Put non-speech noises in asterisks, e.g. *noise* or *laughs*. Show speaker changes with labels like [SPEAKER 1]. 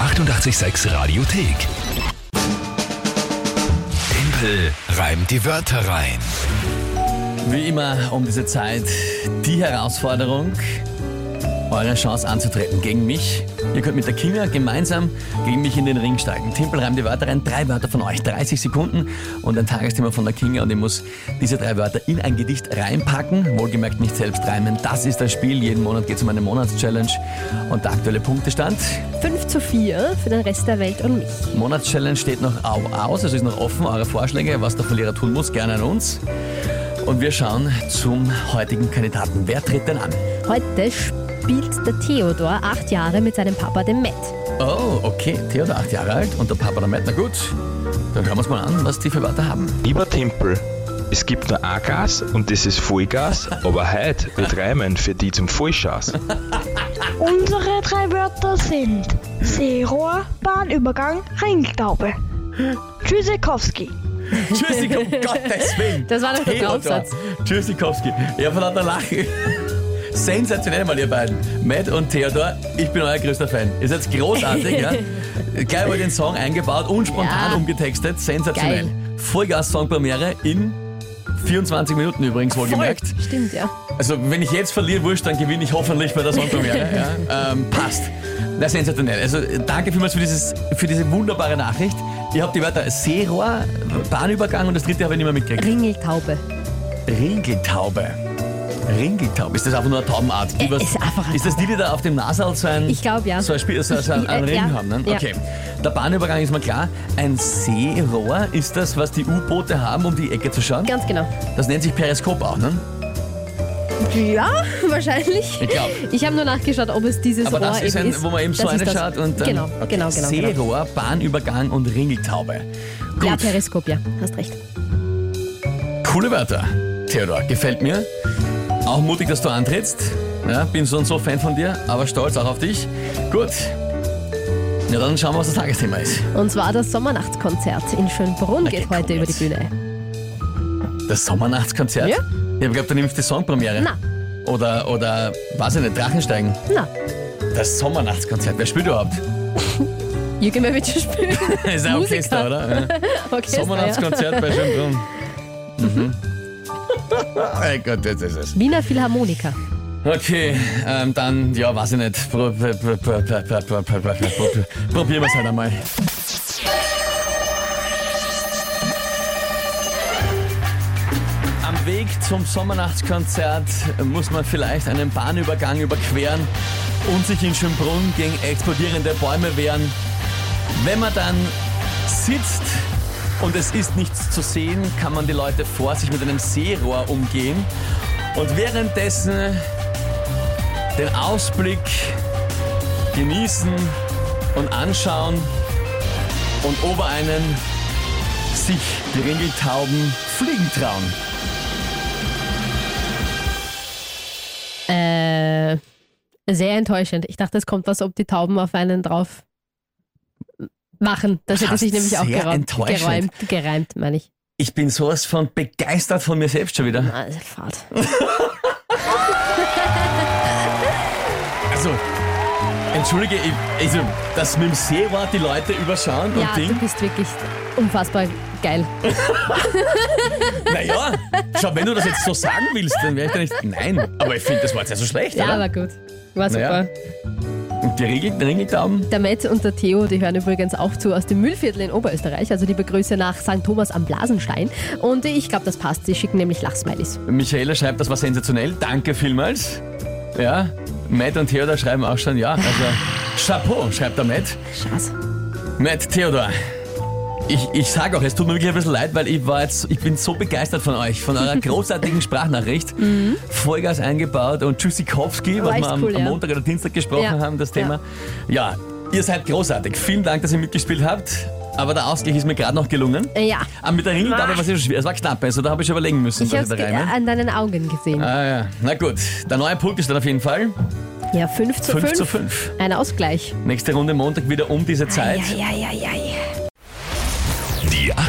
[SPEAKER 1] 886 Radiothek. Tempel reimt die Wörter rein.
[SPEAKER 2] Wie immer um diese Zeit die Herausforderung, eure Chance anzutreten gegen mich. Ihr könnt mit der Kinga gemeinsam gegen mich in den Ring steigen. Timpel reimt die Wörter rein, drei Wörter von euch, 30 Sekunden und ein Tagesthema von der Kinga und ich muss diese drei Wörter in ein Gedicht reinpacken, wohlgemerkt nicht selbst reimen. Das ist das Spiel, jeden Monat geht es um eine Monatschallenge und der aktuelle Punktestand.
[SPEAKER 3] 5 zu 4 für den Rest der Welt und mich.
[SPEAKER 2] Monatschallenge steht noch au aus, also ist noch offen. Eure Vorschläge, was der Verlierer tun muss, gerne an uns. Und wir schauen zum heutigen Kandidaten. Wer tritt denn an?
[SPEAKER 3] Heute spielt der Theodor acht Jahre mit seinem Papa, dem Matt.
[SPEAKER 2] Oh, okay. Theodor, acht Jahre alt und der Papa der Matt. Na gut, dann hören wir uns mal an, was die für Wörter haben.
[SPEAKER 4] Lieber Tempel, es gibt nur ein Gas und das ist Vollgas, aber heute wird reimen für die zum Vollschaß.
[SPEAKER 5] Unsere drei Wörter sind Seerohr, Bahnübergang, Ringtaube. Tschüssikowski.
[SPEAKER 2] Tschüssi,
[SPEAKER 3] *laughs*
[SPEAKER 2] um Gottes Willen.
[SPEAKER 3] Das war doch der
[SPEAKER 2] Theodor
[SPEAKER 3] Draufsatz.
[SPEAKER 2] Tschüssikowski. Ja, von lauter Lachen. Sensationell mal, ihr beiden. Matt und Theodor, ich bin euer größter Fan. Ihr seid großartig,
[SPEAKER 3] *laughs*
[SPEAKER 2] ja? Gleich mal den Song eingebaut und spontan
[SPEAKER 3] Ja.
[SPEAKER 2] umgetextet. Sensationell.
[SPEAKER 3] Geil.
[SPEAKER 2] Vollgas-Songpremiere in 24 Minuten übrigens, wohlgemerkt.
[SPEAKER 3] Stimmt, ja.
[SPEAKER 2] Also, wenn ich jetzt verliere, wurscht, dann gewinne ich hoffentlich bei der Songpremiere.
[SPEAKER 3] *laughs*
[SPEAKER 2] ja. ähm, passt. Na, sensationell. Also, danke vielmals für, dieses, für diese wunderbare Nachricht. Ihr habt die Wörter Seerohr, Bahnübergang und das dritte habe ich nicht mehr mitgekriegt.
[SPEAKER 3] Ringeltaube.
[SPEAKER 2] Ringeltaube. Ringeltaube. Ist das einfach nur eine Taubenart?
[SPEAKER 3] Äh, ist einfach eine
[SPEAKER 2] ist das die, die da auf dem Nasal so ein,
[SPEAKER 3] Ich glaub, ja.
[SPEAKER 2] so ein, Spiel, so, so ein, ein
[SPEAKER 3] Äh,
[SPEAKER 2] Ring
[SPEAKER 3] ja.
[SPEAKER 2] haben? Ne?
[SPEAKER 3] Ja.
[SPEAKER 2] Okay. Der Bahnübergang ist mal klar. Ein Seerohr ist das, was die U-Boote haben, um die Ecke zu schauen.
[SPEAKER 3] Ganz genau.
[SPEAKER 2] Das nennt sich Periskop auch, ne?
[SPEAKER 3] Ja, *laughs* wahrscheinlich.
[SPEAKER 2] Ich glaub.
[SPEAKER 3] Ich habe nur nachgeschaut, ob es dieses
[SPEAKER 2] Aber
[SPEAKER 3] Rohr
[SPEAKER 2] das ist
[SPEAKER 3] eben
[SPEAKER 2] ein,
[SPEAKER 3] ist.
[SPEAKER 2] wo man eben so
[SPEAKER 3] Das ist das.
[SPEAKER 2] reinschaut und dann.
[SPEAKER 3] Genau,
[SPEAKER 2] okay.
[SPEAKER 3] genau, genau. genau.
[SPEAKER 2] Seerohr, Bahnübergang und Ringeltaube. Gut.
[SPEAKER 3] Ja, Periskop, ja. Hast recht.
[SPEAKER 2] Coole Wörter, Theodor. Gefällt mir. Auch mutig, dass du antrittst. Ja, bin so und so Fan von dir, aber stolz auch auf dich. Gut. Ja, dann schauen wir, was das Tagesthema ist.
[SPEAKER 3] Und zwar das Sommernachtskonzert in Schönbrunn
[SPEAKER 2] Na,
[SPEAKER 3] geht
[SPEAKER 2] komm
[SPEAKER 3] heute über die
[SPEAKER 2] jetzt.
[SPEAKER 3] Bühne.
[SPEAKER 2] Das Sommernachtskonzert?
[SPEAKER 3] Ja.
[SPEAKER 2] Ich habe geglaubt, du nimmst die Songpremiere.
[SPEAKER 3] Na.
[SPEAKER 2] Oder, oder, weiß ich nicht, Drachensteigen.
[SPEAKER 3] Na,
[SPEAKER 2] Das Sommernachtskonzert, wer spielt überhaupt? *laughs*
[SPEAKER 3] Jürgen Mewitsch spielt.
[SPEAKER 2] ist ein
[SPEAKER 3] Musiker.
[SPEAKER 2] Orchester, oder? Ja.
[SPEAKER 3] Orchester, ja.
[SPEAKER 2] Sommernachtskonzert bei Schönbrunn. *laughs* Mhm. Mein Gott, das ist es.
[SPEAKER 3] Wiener Philharmoniker.
[SPEAKER 2] Okay, ähm, dann, ja, weiß ich nicht. Pro- pro- pro- pro- pro- pro- pro- pro- pro- pro- Probieren wir es halt einmal. Am Weg zum Sommernachtskonzert muss man vielleicht einen Bahnübergang überqueren und sich in Schönbrunn gegen explodierende Bäume wehren. Wenn man dann sitzt und es ist nichts zu sehen, kann man die Leute vor sich mit einem Seerohr umgehen und währenddessen den Ausblick genießen und anschauen und ober einen sich die Ringeltauben fliegen trauen.
[SPEAKER 3] Äh, sehr enttäuschend. Ich dachte, es kommt was, ob die Tauben auf einen drauf machen. Das hätte
[SPEAKER 2] Passt
[SPEAKER 3] sich nämlich auch
[SPEAKER 2] sehr
[SPEAKER 3] geräumt,
[SPEAKER 2] enttäuschend.
[SPEAKER 3] geräumt, gereimt, meine ich.
[SPEAKER 2] Ich bin sowas von begeistert von mir selbst schon wieder.
[SPEAKER 3] Also, Fahrt.
[SPEAKER 2] Also, entschuldige, ich, also, dass mit dem Seewart die Leute überschauen
[SPEAKER 3] Ja,
[SPEAKER 2] und
[SPEAKER 3] du
[SPEAKER 2] Ding.
[SPEAKER 3] bist wirklich unfassbar geil.
[SPEAKER 2] Naja, schau, wenn du das jetzt so sagen willst, dann wäre ich da nicht. Nein, aber ich finde, das war jetzt ja so schlecht,
[SPEAKER 3] Ja,
[SPEAKER 2] oder?
[SPEAKER 3] war gut. War super.
[SPEAKER 2] Naja. Und die Ringel, Ringeltauben?
[SPEAKER 3] Der Matt und der Theo, die hören übrigens auch zu aus dem Müllviertel in Oberösterreich. Also liebe Grüße nach St. Thomas am Blasenstein. Und ich glaube, das passt. Sie schicken nämlich Lachsmilies.
[SPEAKER 2] Michaela schreibt, das war sensationell. Danke vielmals. Ja, Matt und Theodor schreiben auch schon, ja. Also, Chapeau, schreibt der Matt.
[SPEAKER 3] Scheiße.
[SPEAKER 2] Matt, Theodor. Ich, ich sag auch, es tut mir wirklich ein bisschen leid, weil ich war jetzt, ich bin so begeistert von euch, von
[SPEAKER 3] *laughs*
[SPEAKER 2] eurer großartigen Sprachnachricht. Vollgas eingebaut und Tschüssikowski, was
[SPEAKER 3] Mhm. echt
[SPEAKER 2] wir am,
[SPEAKER 3] cool,
[SPEAKER 2] am
[SPEAKER 3] ja.
[SPEAKER 2] Montag oder Dienstag gesprochen
[SPEAKER 3] Ja,
[SPEAKER 2] haben, das Thema. Ja. ihr seid großartig. Vielen Dank, dass ihr mitgespielt habt. Aber der Ausgleich ist mir gerade noch gelungen.
[SPEAKER 3] Ja,
[SPEAKER 2] Aber mit der Ringeltaube war es schon schwer. Es war knapp, also da habe ich schon überlegen müssen,
[SPEAKER 3] ich
[SPEAKER 2] was
[SPEAKER 3] habe
[SPEAKER 2] ich
[SPEAKER 3] es
[SPEAKER 2] da reime.
[SPEAKER 3] an deinen Augen gesehen.
[SPEAKER 2] Ah ja, na gut. Der neue Punkt ist dann auf jeden Fall
[SPEAKER 3] Ja, 5 zu
[SPEAKER 2] 5
[SPEAKER 3] 5.
[SPEAKER 2] zu 5.
[SPEAKER 3] Ein Ausgleich.
[SPEAKER 2] Nächste Runde Montag wieder um diese Zeit.
[SPEAKER 3] Ja, ja, ja, ja.
[SPEAKER 1] Die